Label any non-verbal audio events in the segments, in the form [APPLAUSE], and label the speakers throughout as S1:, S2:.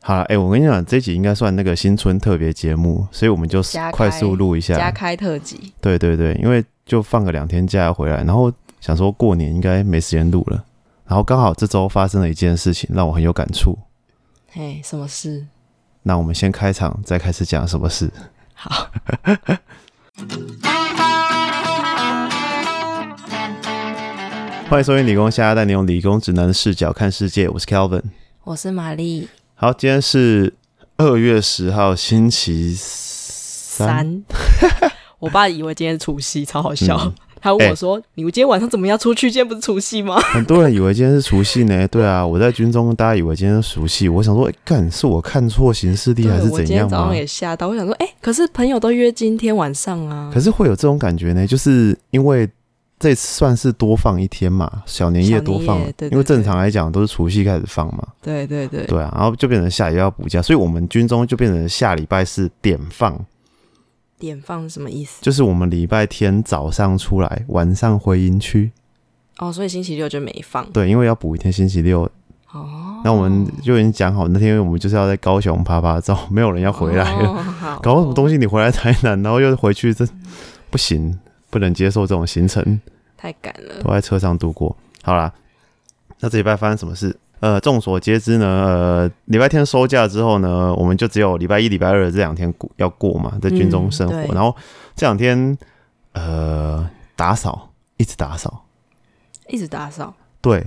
S1: 好了，哎、我跟你讲，这集应该算那个新春特别节目，所以我们就
S2: 加开
S1: 快速录一
S2: 加
S1: 下。
S2: 开特辑，
S1: 对对对，因为就放个两天假回来，然后想说过年应该没时间录了，然后刚好这周发生了一件事情，让我很有感触。
S2: 嘿，什么事？
S1: 那我们先开场，再开始讲什么事。
S2: 好，
S1: 欢迎收听理工虾，带你用理工直男的视角看世界。我是 Calvin。
S2: 我是玛丽
S1: 好，今天是二月十号，星期三。
S2: 三。 [LAUGHS] 我爸以为今天是除夕，超好笑。
S1: 嗯
S2: 他问我说：“你今天晚上怎么要出去？今天不是除夕吗
S1: 很多人以为今天是除夕呢，对啊，我在军中，大家以为今天是除夕。我想说，哎干、是我看错行事？”历还是
S2: 对我
S1: 怎
S2: 今天
S1: 样
S2: 早
S1: 吗
S2: 上？也吓到，我想说：“哎、可是朋友都约今天晚上啊。
S1: 可是会有这种感觉呢，就是因为这次算是多放一天嘛，小年夜多放
S2: 小年夜对对
S1: 因为正常来讲都是除夕开始放嘛，”
S2: 对对对，
S1: 对啊，然后就变成下礼拜要补假，所以我们军中就变成下礼拜是点放，
S2: 点放是什么意思？
S1: 就是我们礼拜天早上出来，晚上回营区，
S2: 哦，所以星期六就没放
S1: 对，因为要补一天星期六，
S2: 哦。
S1: 那我们就已经讲好那天我们就是要在高雄拍拍照，没有人要回来了。
S2: 哦、好
S1: 搞什么东
S2: 西？
S1: 西？你回来台南，然后又回去，
S2: 嗯
S1: 这不行，不能接受这种行程，
S2: 太赶了。
S1: 都在车上度过。好啦，那这礼拜发生什么事？呃，众所皆知呢，呃，礼拜天收假之后呢，我们就只有礼拜一、礼拜二这两天过要过嘛，在军中生活。
S2: 嗯对
S1: 然后这两天，呃，打扫，一直打扫，
S2: 一直打扫，
S1: 对，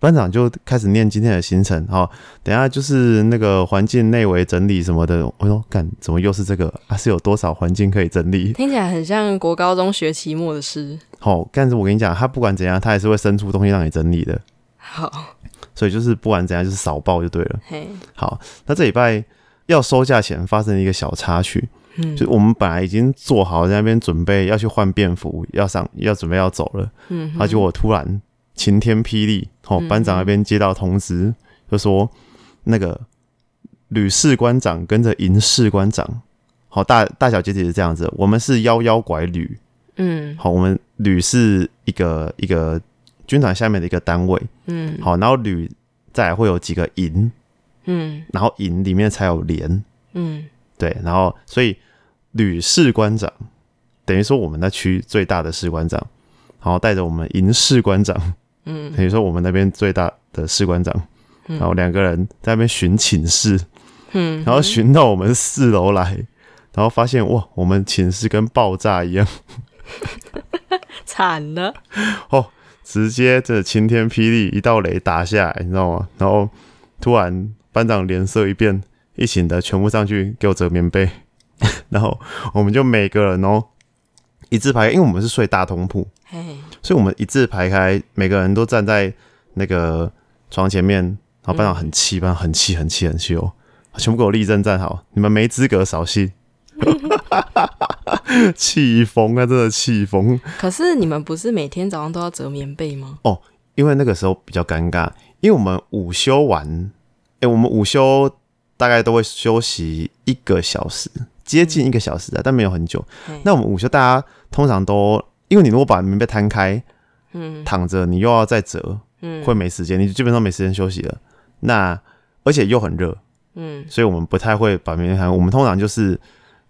S1: 班长就开始念今天的行程。好、等一下就是那个环境内围整理什么的。我说，干，怎么又是这个？啊，是有多少环境可以整理？
S2: 听起来很像国高中学期末的事。
S1: 好、但是我跟你讲，他不管怎样，他还是会生出东西让你整理的。
S2: 好，
S1: 所以就是不管怎样，就是扫爆就对了。
S2: 嘿，
S1: 好，那这礼拜要收假前发生了一个小插曲，
S2: 嗯
S1: 就我们本来已经做好在那边准备要去换便服，要上要准备要走了。
S2: 嗯哼
S1: 啊，结果突然晴天霹雳，哦，班长那
S2: 嗯
S1: 边接到通知，就说那个吕士官长跟着银士官长，好、大大小姐姐是这样子，我们是幺幺拐旅，
S2: 嗯
S1: 好、我们旅是一个一个军团下面的一个单位，
S2: 嗯
S1: 好、然后旅再来会有几个营，
S2: 嗯
S1: 然后营里面才有连，
S2: 嗯
S1: 对，然后所以吕士官长等于说我们那区最大的士官长，然后带着我们营士官长。
S2: 嗯，
S1: 等于说我们那边最大的士官长，
S2: 嗯
S1: 然后两个人在那边巡寝室，
S2: 嗯，
S1: 然后巡到我们四楼来，然后发现哇，我们寝室跟爆炸一样，
S2: 惨了，
S1: 直接这晴天霹雳，一道雷打下来，你知道吗？然后突然班长脸色一变，一寝的全部上去给我折棉被， [LAUGHS] 然后我们就每个人哦一字排开，因为我们是睡大通铺，
S2: 嘿，
S1: 所以我们一字排开，每个人都站在那个床前面，然后班长很气，班长很气，很气，很气哦，全部给我立正站好，你们没资格扫兴， [LAUGHS] 气疯啊，真的气疯，
S2: 可是你们不是每天早上都要折棉被吗？
S1: 因为那个时候比较尴尬，因为我们午休完，哎、我们午休大概都会休息一个小时，接近一个小时啊，但没有很久
S2: 嗯。
S1: 那我们午休大家通常都，因为你如果把棉被摊开
S2: 嗯
S1: 躺着，你又要再折，
S2: 嗯，
S1: 会没时间，你基本上没时间休息了。那而且又很热，
S2: 嗯
S1: 所以我们不太会把棉被摊。我们通常就是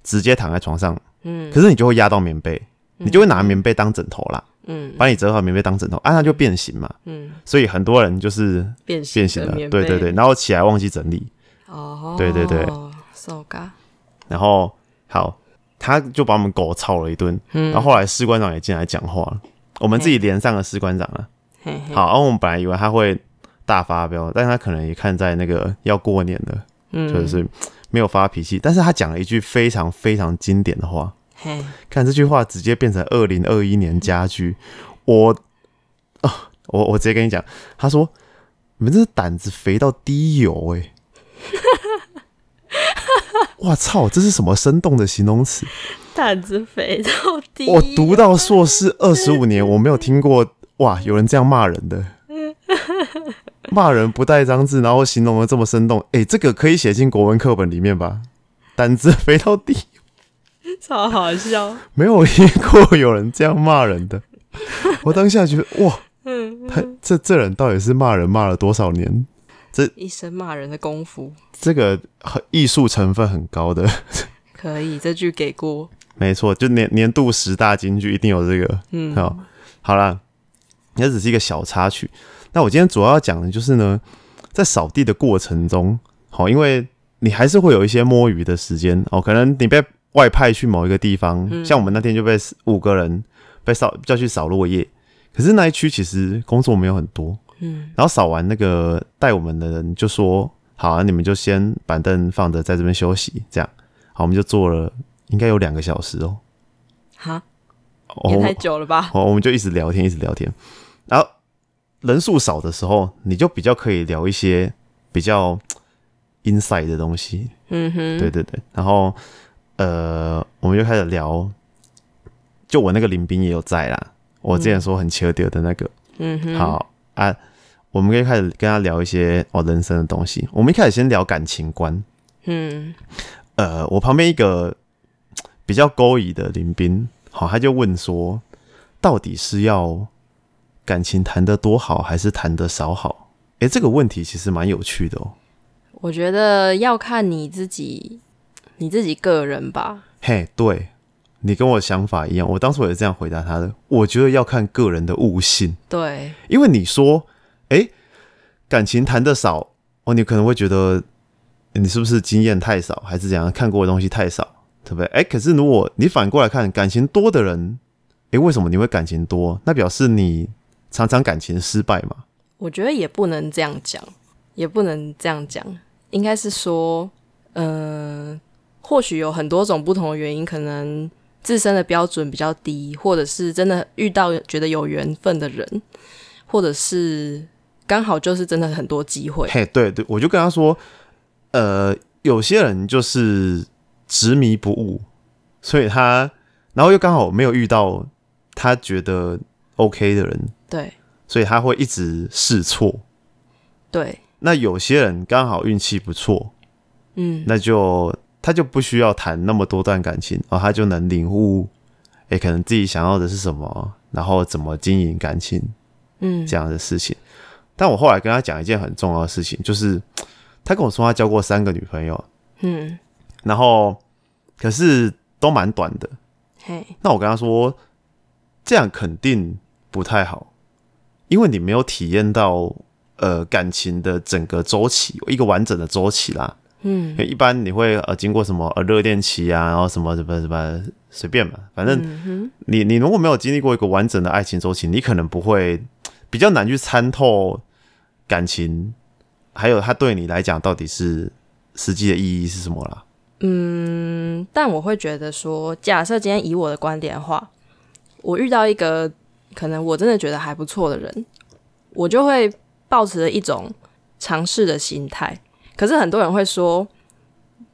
S1: 直接躺在床上，
S2: 嗯，
S1: 可是你就会压到棉被，你就会拿棉被当枕头啦，
S2: 嗯
S1: 把你折好棉被当枕头，啊，它就变形嘛。
S2: 嗯
S1: 所以很多人就是
S2: 变形
S1: 变形
S2: 的
S1: 了，
S2: 棉
S1: 对
S2: 被
S1: 对对，然后起来忘记整理，
S2: 哦，
S1: 对对对
S2: 手嘎，
S1: 然后好，他就把我们狗操了一顿。
S2: 嗯，
S1: 然后后来士官长也进来讲话了，我们自己连上了士官长了。
S2: 嘿嘿，
S1: 好，然后我们本来以为他会大发飙，但他可能也看在那个要过年了。
S2: 嗯，
S1: 就是没有发脾气。但是他讲了一句非常非常经典的话，
S2: 嘿，
S1: 看这句话直接变成二零二一年家居，我啊、我我直接跟你讲，他说你们这胆子肥到滴油哎、欸。 [LAUGHS] 哇操！这是什么生动的形容词？
S2: 胆子肥到底，
S1: 我读到硕士二十五年，我没有听过哇，有人这样骂人的，骂人不带脏字，然后形容的这么生动，哎、这个可以写进国文课本里面吧？胆子肥到地，
S2: 超好笑，
S1: 没有听过有人这样骂人的。我当下觉得哇，他这这人到底是骂人骂了多少年？
S2: 一身骂人的功夫，
S1: 这个很艺术成分很高的，
S2: 可以这句给过。
S1: 没错，就年年度十大金句一定有这个。
S2: 嗯，
S1: 好，哦好啦，也只是一个小插曲。那我今天主要要讲的就是呢，在扫地的过程中，好，因为你还是会有一些摸鱼的时间哦，可能你被外派去某一个地方，
S2: 嗯
S1: 像我们那天就被五个人被扫叫去扫落叶，可是那一区其实工作没有很多，
S2: 嗯
S1: 然后扫完那个带我们的人就说：“好啊，你们就先板凳放着，在这边休息。”这样，好，我们就坐了应该有两个小时哦。
S2: 哈，
S1: 哦
S2: 也太久了吧？
S1: 哦，我们就一直聊天，一直聊天。然后人数少的时候，你就比较可以聊一些比较 inside 的东西。
S2: 嗯哼，
S1: 对对对。然后呃，我们就开始聊，就我那个林斌也有在啦，我之前说很缺德的那个。
S2: 嗯哼，，
S1: 好啊，我们可以开始跟他聊一些哦人生的东西。我们一开始先聊感情观。
S2: 嗯
S1: 呃，我旁边一个嘖比较勾引的林斌，好，他就问说，到底是要感情谈得多好，还是谈得少好？诶、这个问题其实蛮有趣的哦。
S2: 我觉得要看你自己，你自己个人吧。
S1: 嘿，对你跟我想法一样，我当初也是这样回答他的。我觉得要看个人的悟性，
S2: 对，
S1: 因为你说，诶、感情谈得少，哦，你可能会觉得诶你是不是经验太少，还是怎样，看过的东西太少，对不对？诶、可是如果你反过来看，感情多的人，诶、为什么你会感情多？那表示你常常感情失败嘛？
S2: 我觉得也不能这样讲，也不能这样讲，应该是说，呃，或许有很多种不同的原因，可能自身的标准比较低，或者是真的遇到觉得有缘分的人，或者是刚好就是真的很多机会。
S1: 嘿，对对，我就跟他说，呃，有些人就是执迷不悟，所以他，然后又刚好没有遇到他觉得 OK 的人，
S2: 对
S1: 所以他会一直试错。
S2: 对，
S1: 那有些人刚好运气不错，
S2: 嗯
S1: 那就他就不需要谈那么多段感情，哦，他就能领悟，诶，可能自己想要的是什么，然后怎么经营感情
S2: 嗯，
S1: 这样的事情。但我后来跟他讲一件很重要的事情，就是他跟我说他交过三个女朋友，
S2: 嗯
S1: 然后可是都蛮短的。
S2: 嘿，
S1: 那我跟他说，这样肯定不太好，因为你没有体验到呃感情的整个周期，一个完整的周期啦。
S2: 嗯
S1: 因为一般你会呃经过什么呃热恋期啊，然后什么什么什么随便嘛，反正
S2: 嗯哼，
S1: 你你如果没有经历过一个完整的爱情周期，你可能不会比较难去参透感情，还有它对你来讲到底是实际的意义是什么啦。
S2: 嗯，但我会觉得说，假设今天以我的观点的话，我遇到一个可能我真的觉得还不错的人，我就会抱持着一种尝试的心态。可是很多人会说，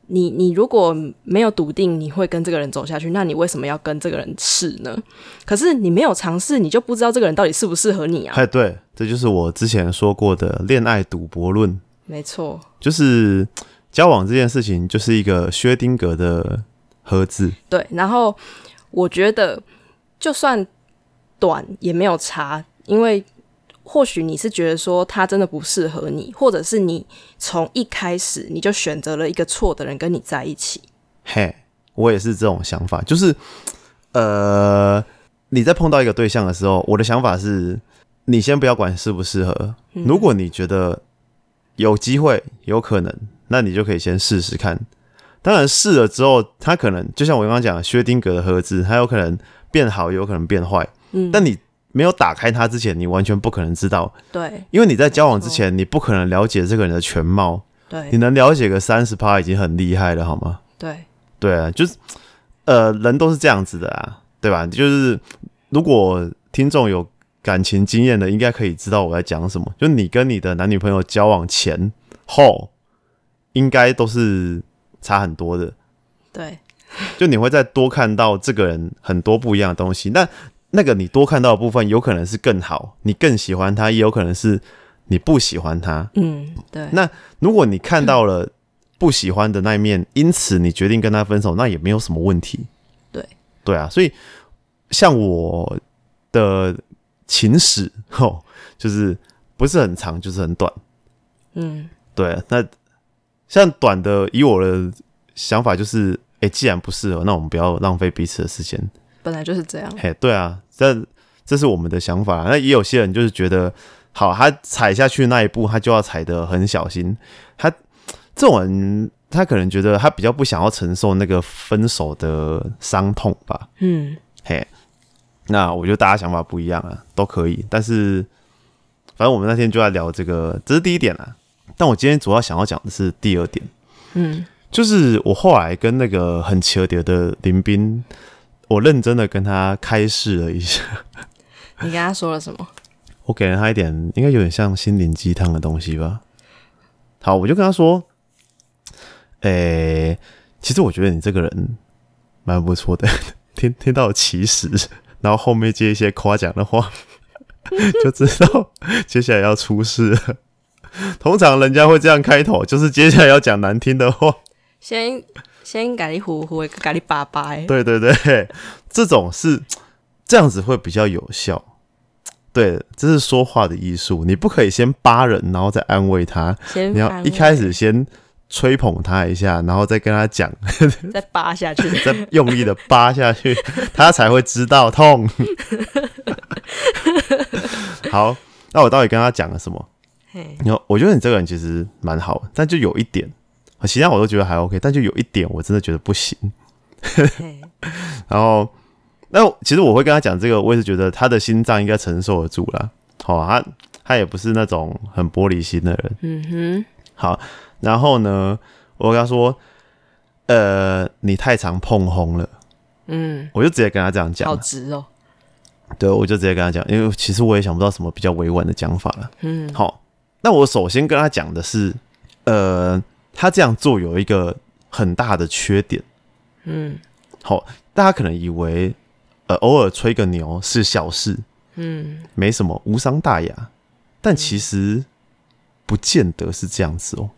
S2: 你你如果没有笃定你会跟这个人走下去，那你为什么要跟这个人试呢？可是你没有尝试，你就不知道这个人到底适不适合你啊。
S1: 哎，对，这就是我之前说过的恋爱赌博论，
S2: 没错，
S1: 就是交往这件事情就是一个薛丁格的盒子。
S2: 对，然后我觉得就算短也没有差，因为或许你是觉得说他真的不适合你，或者是你从一开始你就选择了一个错的人跟你在一起。
S1: 嘿，我也是这种想法，就是呃，你在碰到一个对象的时候，我的想法是，你先不要管适不适合，如果你觉得有机会、有可能，那你就可以先试试看。当然试了之后，他可能就像我刚刚讲的薛丁格的盒子，它有可能变好，也有可能变坏。
S2: 嗯，
S1: 但你没有打开它之前，你完全不可能知道，
S2: 对
S1: 因为你在交往之前，你不可能了解这个人的全貌。你
S2: 对
S1: 能了解个三十趴已经很厉害了，好吗？
S2: 对，
S1: 对啊，就是呃，人都是这样子的啊，对吧？就是如果听众有感情经验的，应该可以知道我在讲什么。就你跟你的男女朋友交往前后，应该都是差很多的。
S2: 对
S1: 就你会再多看到这个人很多不一样的东西。那那个你多看到的部分，有可能是更好，你更喜欢他，也有可能是你不喜欢他。
S2: 嗯对
S1: 那如果你看到了不喜欢的那一面，因此你决定跟他分手，那也没有什么问题。
S2: 对，
S1: 对啊，所以像我的情史，吼，就是不是很长，就是很短。
S2: 嗯
S1: 对，啊那像短的，以我的想法就是，哎、既然不适合，那我们不要浪费彼此的时间。
S2: 本来就是这样。
S1: 嘿，对啊，这这是我们的想法。那也有些人就是觉得，好，他踩下去那一步，他就要踩得很小心。他这种人，他可能觉得他比较不想要承受那个分手的伤痛吧。
S2: 嗯，
S1: 嘿，那我觉得大家想法不一样啊，都可以。但是，反正我们那天就在聊这个，这是第一点啦。但我今天主要想要讲的是第二点。
S2: 嗯，
S1: 就是我后来跟那个很求得的林斌，我认真的跟他开示了一下，
S2: 你跟他说了什么？
S1: 我给了他一点应该有点像心灵鸡汤的东西吧。好，我就跟他说，诶、其实我觉得你这个人蛮不错的， [LAUGHS] 听听到其实，然后后面接一些夸奖的话， [LAUGHS] 就知道接下来要出事了。通常人家会这样开头，就是接下来要讲难听的话。
S2: 先先咖喱糊糊，咖喱巴巴欸，
S1: 对对对，这种是这样子会比较有效。对，这是说话的艺术，你不可以先扒人，然后再安慰他，
S2: 先
S1: 你
S2: 安
S1: 要
S2: 慰
S1: 一开始先吹捧他一下，然后再跟他讲，
S2: 再扒下去，
S1: 再用力的扒下去， [LAUGHS] 他才会知道痛。好，那我到底跟他讲了什么？
S2: 嘿，
S1: 你我觉得你这个人其实蛮好，但就有一点，其他我都觉得还 OK，但就有一点我真的觉得不行。
S2: 嘿
S1: 然后，那其实我会跟他讲这个，我也是觉得他的心脏应该承受得住啦。好、他他也不是那种很玻璃心的人。
S2: 嗯
S1: 好，然后呢，我跟他说，呃，你太常碰轰了，
S2: 哼，嗯，
S1: 我就直接跟他这样
S2: 好
S1: 讲。
S2: 直哦，
S1: 对，我就直接跟他讲，因为其实我也想不到什么比较委婉的讲法了。
S2: 嗯
S1: 好，那我首先跟他讲的是，呃，他这样做有一个很大的缺点。
S2: 嗯
S1: 好，大家可能以为，呃，偶尔吹个牛是小事，
S2: 嗯，
S1: 没什么，无伤大雅。但其实不见得是这样子哦。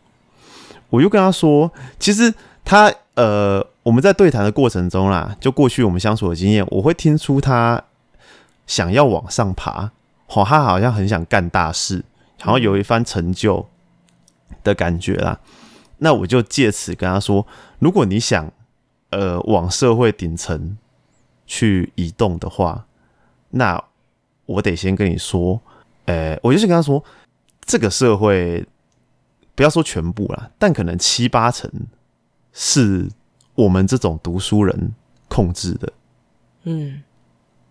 S1: 我就跟他说，其实他呃，我们在对谈的过程中啦，就过去我们相处的经验，我会听出他想要往上爬，好、他好像很想干大事，好像有一番成就的感觉啦。那我就借此跟他说，如果你想呃往社会顶层去移动的话，那我得先跟你说，呃，我就先跟他说，这个社会不要说全部啦，但可能七八成是我们这种读书人控制的，
S2: 嗯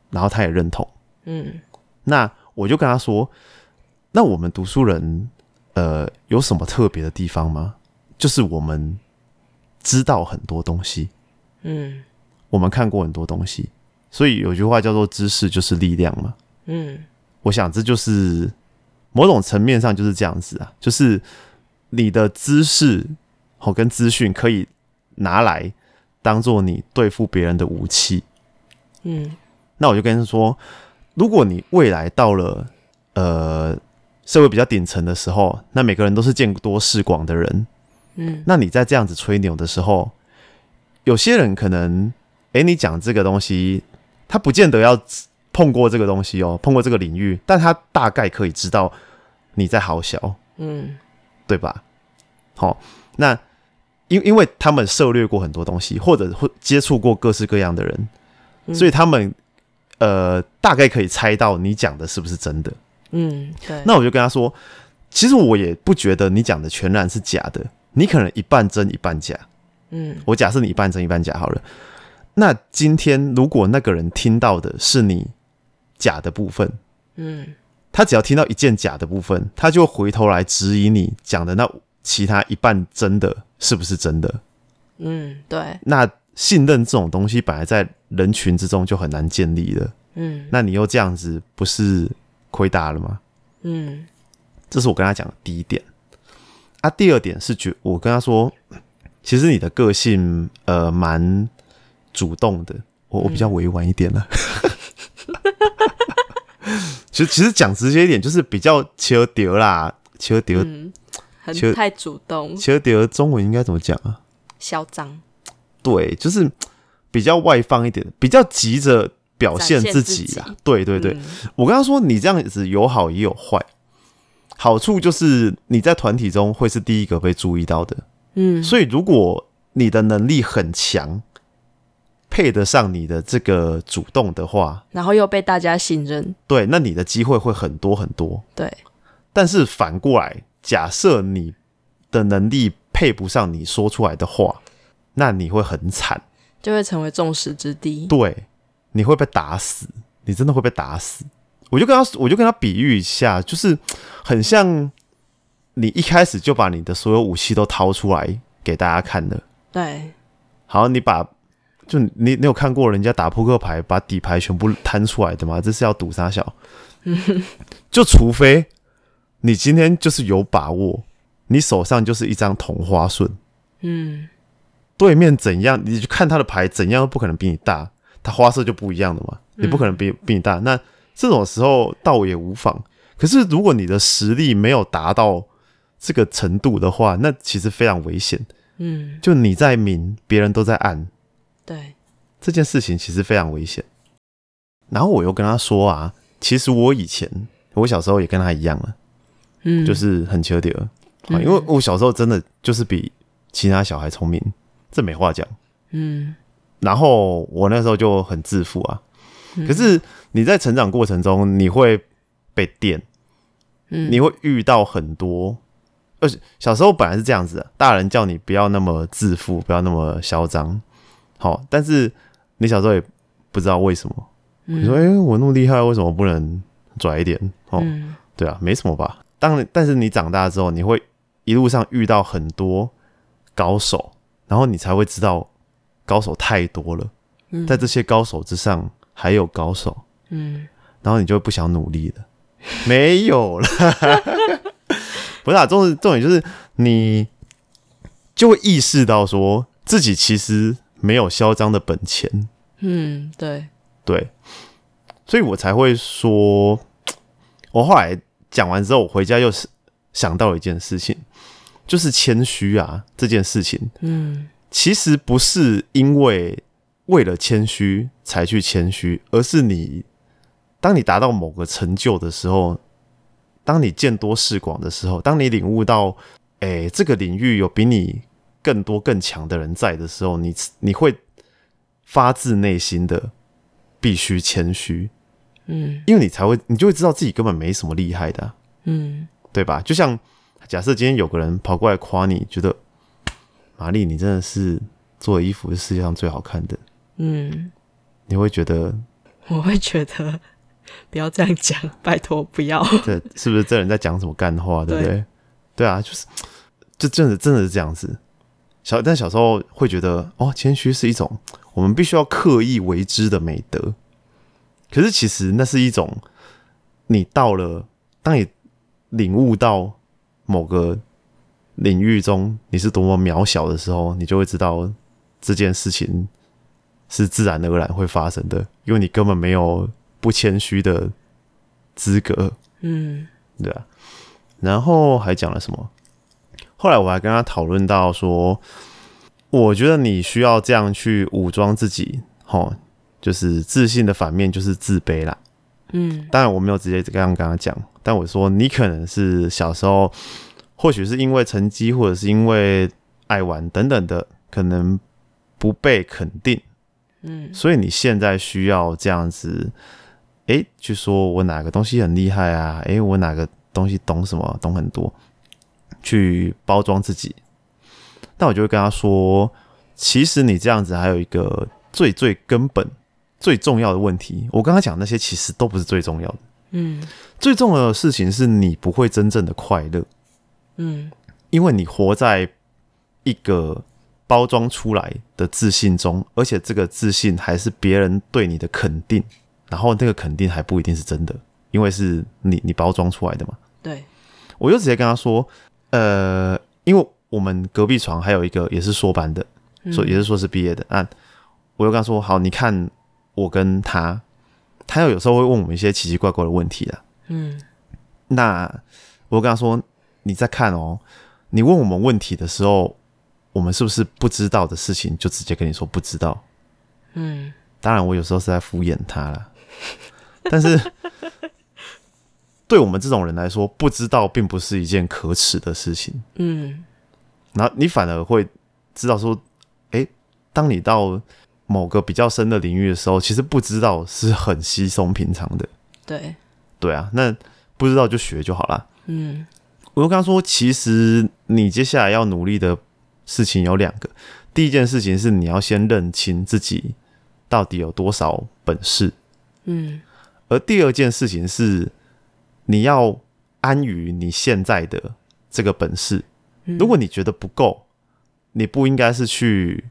S1: 然后他也认同。
S2: 嗯
S1: 那我就跟他说，那我们读书人，呃，有什么特别的地方吗？就是我们知道很多东西，
S2: 嗯
S1: 我们看过很多东西，所以有句话叫做“知识就是力量”嘛。
S2: 嗯
S1: 我想这就是某种层面上就是这样子啊，就是你的知识哦跟资讯可以拿来当做你对付别人的武器。
S2: 嗯
S1: 那我就跟他说，如果你未来到了呃社会比较顶层的时候，那每个人都是见多识广的人，
S2: 嗯
S1: 那你在这样子吹牛的时候，有些人可能，诶，你讲这个东西，他不见得要碰过这个东西哦，碰过这个领域，但他大概可以知道你在好小，
S2: 嗯
S1: 对吧？好、那因因为他们涉略过很多东西，或者会接触过各式各样的人，
S2: 嗯
S1: 所以他们呃大概可以猜到你讲的是不是真的。
S2: 嗯，对，
S1: 那我就跟他说，其实我也不觉得你讲的全然是假的，你可能一半真一半假。
S2: 嗯
S1: 我假设你一半真一半假好了。那今天如果那个人听到的是你假的部分，
S2: 嗯
S1: 他只要听到一件假的部分，他就会回头来质疑你讲的那其他一半真的是不是真的。
S2: 嗯对，
S1: 那信任这种东西本来在人群之中就很难建立了，
S2: 嗯
S1: 那你又这样子，不是亏大了吗？
S2: 嗯
S1: 这是我跟他讲的第一点。啊，第二点是觉，我跟他说，其实你的个性呃蛮主动的，我我比
S2: 嗯
S1: 较委婉一点了。 [LAUGHS] 其实其实讲直接一点，就是比较切丢啦，切丢
S2: 嗯，很
S1: 其实
S2: 太主动，
S1: 切丢，中文应该怎么讲啊？
S2: 嚣张，
S1: 对，就是比较外放一点，比较急着表现自己
S2: 展现
S1: 啊
S2: 自己。
S1: 对对对，
S2: 嗯
S1: 我跟他说，你这样子有好也有坏。好处就是你在团体中会是第一个被注意到的，
S2: 嗯，
S1: 所以如果你的能力很强，配得上你的这个主动的话，
S2: 然后又被大家信任，
S1: 对，那你的机会会很多很多。
S2: 对，
S1: 但是反过来，假设你的能力配不上你说出来的话，那你会很惨，
S2: 就会成为众矢之的。
S1: 对，你会被打死，你真的会被打死。我就跟他，我就跟他比喻一下，就是很像你一开始就把你的所有武器都掏出来给大家看了。
S2: 对，
S1: 好，你把就你你有看过人家打扑克牌把底牌全部摊出来的吗？这是要赌啥小？就除非你今天就是有把握，你手上就是一张同花顺，
S2: 嗯，
S1: 对面怎样你就看他的牌怎样都不可能比你大，他花色就不一样的嘛，你不可能比比你大。那这种时候倒也无妨。可是如果你的实力没有达到这个程度的话，那其实非常危险。
S2: 嗯，
S1: 就你在明，别人都在暗，
S2: 对，
S1: 这件事情其实非常危险。然后我又跟他说啊，其实我以前我小时候也跟他一样啊，
S2: 嗯，
S1: 就是很缺点、啊，
S2: 嗯
S1: 因为我小时候真的就是比其他小孩聪明，这没话讲。
S2: 嗯，
S1: 然后我那时候就很自负啊，
S2: 嗯
S1: 可是你在成长过程中，你会被电，
S2: 嗯
S1: 你会遇到很多。而且小时候本来是这样子的，大人叫你不要那么自负，不要那么嚣张，好，但是你小时候也不知道为什么，你说，哎、我那么厉害，为什么不能拽一点？哦，
S2: 嗯
S1: 对啊，没什么吧。当然，但是你长大之后，你会一路上遇到很多高手，然后你才会知道高手太多了，
S2: 嗯
S1: 在这些高手之上还有高手，
S2: 嗯
S1: 然后你就会不想努力了。 [LAUGHS] 没有啦， [LAUGHS] 不是啊，重重点就是你就会意识到说自己其实没有嚣张的本钱，
S2: 嗯，对，
S1: 对，所以我才会说，我后来讲完之后，我回家又是想到一件事情，就是谦虚啊这件事情，
S2: 嗯
S1: 其实不是因为为了谦虚才去谦虚，而是你当你达到某个成就的时候，当你见多识广的时候，当你领悟到，诶、这个领域有比你更多更强的人在的时候，你你会发自内心的必须谦虚，
S2: 嗯
S1: 因为你才会你就会知道自己根本没什么厉害的啊、
S2: 嗯
S1: 对吧？就像假设今天有个人跑过来夸你，觉得玛丽你真的是做的衣服是世界上最好看的，
S2: 嗯，
S1: 你会觉得
S2: 我会觉得不要这样讲，拜托不要。
S1: [LAUGHS] 这是不是这人在讲什么干话，对不对？
S2: 对
S1: 对啊，就是就真的真的是这样子。小但小时候会觉得哦，谦虚是一种我们必须要刻意为之的美德，可是其实那是一种你到了当你领悟到某个领域中你是多么渺小的时候，你就会知道这件事情是自然而然会发生的，因为你根本没有不谦虚的资格。
S2: 嗯
S1: 对啊，然后还讲了什么？后来我还跟他讨论到说，我觉得你需要这样去武装自己，吼，就是自信的反面就是自卑啦。
S2: 嗯
S1: 当然我没有直接这样跟他讲，但我说你可能是小时候，或许是因为成绩，或者是因为爱玩等等的，可能不被肯定，
S2: 嗯
S1: 所以你现在需要这样子，诶，去说我哪个东西很厉害啊，诶，我哪个东西懂什么，懂很多，去包装自己。但我就会跟他说，其实你这样子还有一个最最根本、最重要的问题。我刚刚讲那些其实都不是最重要的，
S2: 嗯
S1: 最重要的事情是你不会真正的快乐，
S2: 嗯
S1: 因为你活在一个包装出来的自信中，而且这个自信还是别人对你的肯定，然后那个肯定还不一定是真的，因为是你你包装出来的嘛。
S2: 对，
S1: 我就直接跟他说，呃，因为我们隔壁床还有一个也是硕班的，所以也是硕士毕业的啊，我就跟他说，好，你看我跟他，他有有时候会问我们一些奇奇怪怪的问题啊，
S2: 嗯
S1: 那我跟他说，你在看哦，你问我们问题的时候，我们是不是不知道的事情就直接跟你说不知道？
S2: 嗯
S1: [LAUGHS] 当然，我有时候是在敷衍他啦，但是对我们这种人来说，不知道并不是一件可耻的事情。
S2: 嗯，
S1: 然后你反而会知道说，哎、当你到某个比较深的领域的时候，其实不知道是很稀松平常的。
S2: 对，
S1: 对啊，那不知道就学就好啦。
S2: 嗯
S1: 我就跟他说，其实你接下来要努力的事情有两个。第一件事情是你要先认清自己到底有多少本事，
S2: 嗯
S1: 而第二件事情是你要安于你现在的这个本事。
S2: 嗯，
S1: 如果你觉得不够，你不应该是去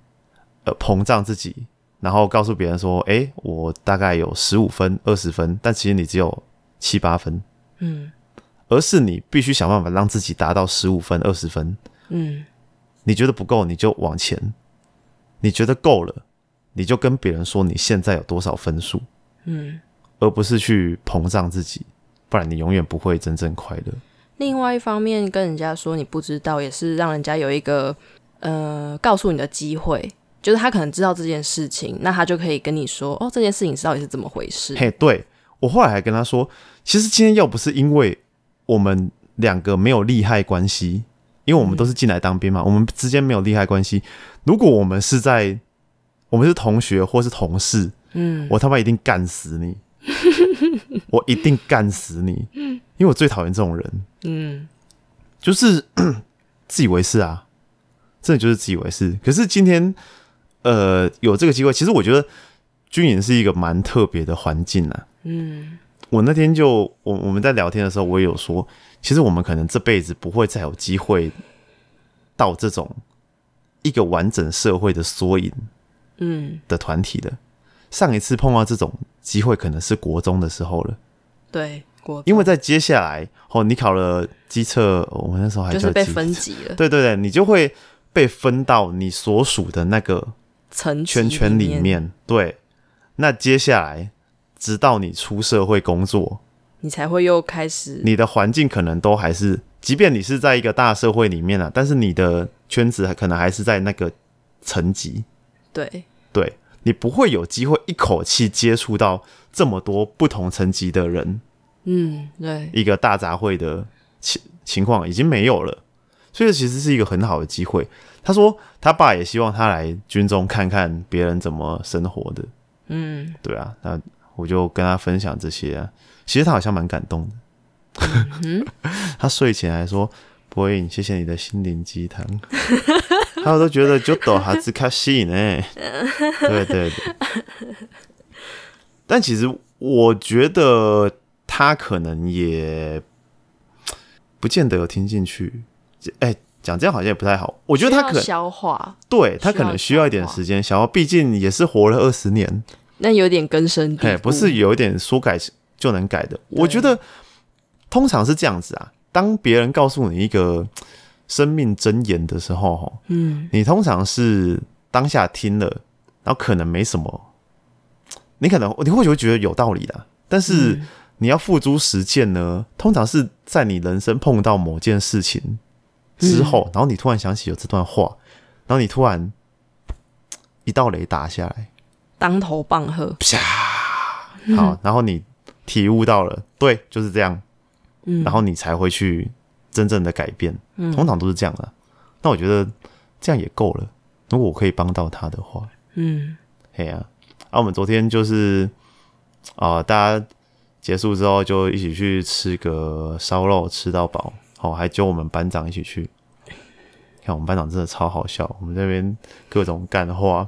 S1: 呃膨胀自己，然后告诉别人说：“诶，我大概有十五分、二十分，但其实你只有七八分。
S2: 嗯”
S1: 而是你必须想办法让自己达到十五分、二十分。
S2: 嗯
S1: 你觉得不够，你就往前；你觉得够了，你就跟别人说你现在有多少分数，
S2: 嗯，
S1: 而不是去膨胀自己，不然你永远不会真正快乐。
S2: 另外一方面跟人家说你不知道，也是让人家有一个呃告诉你的机会，就是他可能知道这件事情，那他就可以跟你说哦，这件事情到底是怎么回事？
S1: 嘿，对我后来还跟他说，其实今天要不是因为我们两个没有利害关系，因为我们
S2: 嗯
S1: 都是进来当兵嘛，我们之间没有利害关系。如果我们是在我们是同学或是同事，
S2: 嗯
S1: 我他妈一定干死
S2: [LAUGHS]
S1: 你，我一定干死你，因为我最讨厌这种人，
S2: 嗯
S1: 就是 [CLEARS THROAT] 自以为是啊，真的就是自以为是。可是今天呃有这个机会，其实我觉得军营是一个蛮特别的环境啊。
S2: 嗯
S1: 我那天就我我们在聊天的时候，我也有说，其实我们可能这辈子不会再有机会到这种一个完整社会的缩影
S2: 嗯，
S1: 的团体的。上一次碰到这种机会，可能是国中的时候了，
S2: 对，国
S1: 因为在接下来哦，你考了机测，我们那时候还
S2: 就
S1: 叫
S2: 是被
S1: 机
S2: 分级了，
S1: 对对对，你就会被分到你所属的那个
S2: 层级
S1: 圈圈里
S2: 里，
S1: 面。对，那接下来直到你出社会工作，
S2: 你才会又开始
S1: 你的环境可能都还是，即便你是在一个大社会里面啊，但是你的圈子还可能还是在那个层级，
S2: 对，
S1: 对你不会有机会一口气接触到这么多不同层级的人，
S2: 嗯对，
S1: 一个大杂烩的情情况已经没有了，所以其实是一个很好的机会。他说他爸也希望他来军中看看别人怎么生活的，
S2: 嗯，
S1: 对啊，那我就跟他分享这些、啊，其实他好像蛮感动的。嗯 [LAUGHS] 他睡前还说：“博颖，谢谢你的心灵鸡汤。” [LAUGHS] 他都觉得就抖哈子卡西呢。对对对。但其实我觉得他可能也不见得有听进去。哎、讲这样好像也不太好。我觉得他
S2: 需要
S1: 可
S2: 消化，
S1: 对他可能需要一点时间消哦化，毕竟也是活了二十年。
S2: 那有点根深蒂
S1: 嘿，
S2: 固，
S1: 不是有一点说改就能改的。我觉得通常是这样子啊，当别人告诉你一个生命箴言的时候，吼
S2: 嗯
S1: 你通常是当下听了，然后可能没什么，你可能你或许会觉得有道理啦，但是
S2: 嗯
S1: 你要付诸实践呢，通常是在你人生碰到某件事情
S2: 嗯
S1: 之后，然后你突然想起有这段话，然后你突然一道雷打下来。
S2: 当头棒喝，
S1: 好，然后你体悟到了，对，就是这样，
S2: 嗯，
S1: 然后你才会去真正的改变，
S2: 嗯
S1: 通常都是这样啊。那我觉得这样也够了，如果我可以帮到他的话，
S2: 嗯
S1: 嘿呀、啊，啊，我们昨天就是啊、大家结束之后就一起去吃个烧肉，吃到饱，哦，还揪我们班长一起去。看我们班长真的超好笑，我们这边各种干话，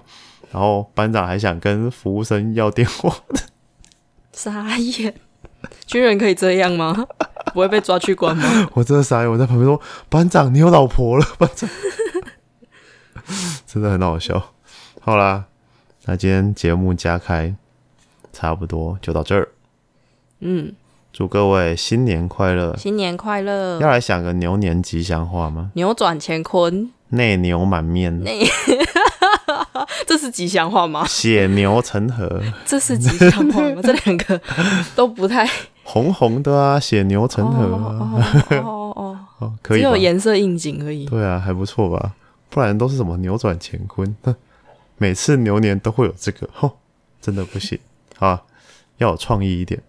S1: 然后班长还想跟服务生要电话，
S2: 傻眼， [LAUGHS] 军人可以这样吗？ [LAUGHS] 不会被抓去
S1: [LAUGHS]
S2: 关吗？
S1: 我真的傻眼，我在旁边说：“班长，你有老婆了？”班长， [LAUGHS] 真的很好笑。好啦，那今天节目加开，差不多就到这儿。
S2: 嗯，
S1: 祝各位新年快乐！
S2: 新年快乐，
S1: 要来想个牛年吉祥话吗？
S2: 扭转乾坤，
S1: 内牛满面，
S2: 这是吉祥话吗？
S1: 血牛成河，
S2: 这是吉祥话 [LAUGHS] 吗？这两个都不太
S1: 红红的啊，血牛成河啊，
S2: 哦哦哦哦，
S1: 哦，可
S2: 只
S1: 以吧
S2: 有？颜色应景而已。
S1: 对啊，还不错吧？不然都是什么扭转乾坤？哼每次牛年都会有这个，吼，真的不行。好啊、要有创意一点。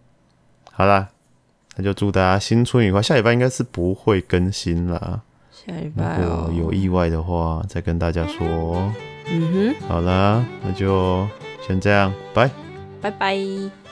S1: 好啦，那就祝大家新春愉快。下礼拜应该是不会更新啦，
S2: 下礼
S1: 如
S2: 拜哦
S1: 果，有意外的话再跟大家说哦。
S2: 嗯
S1: 好啦，那就先这样，拜。
S2: 哼，拜拜。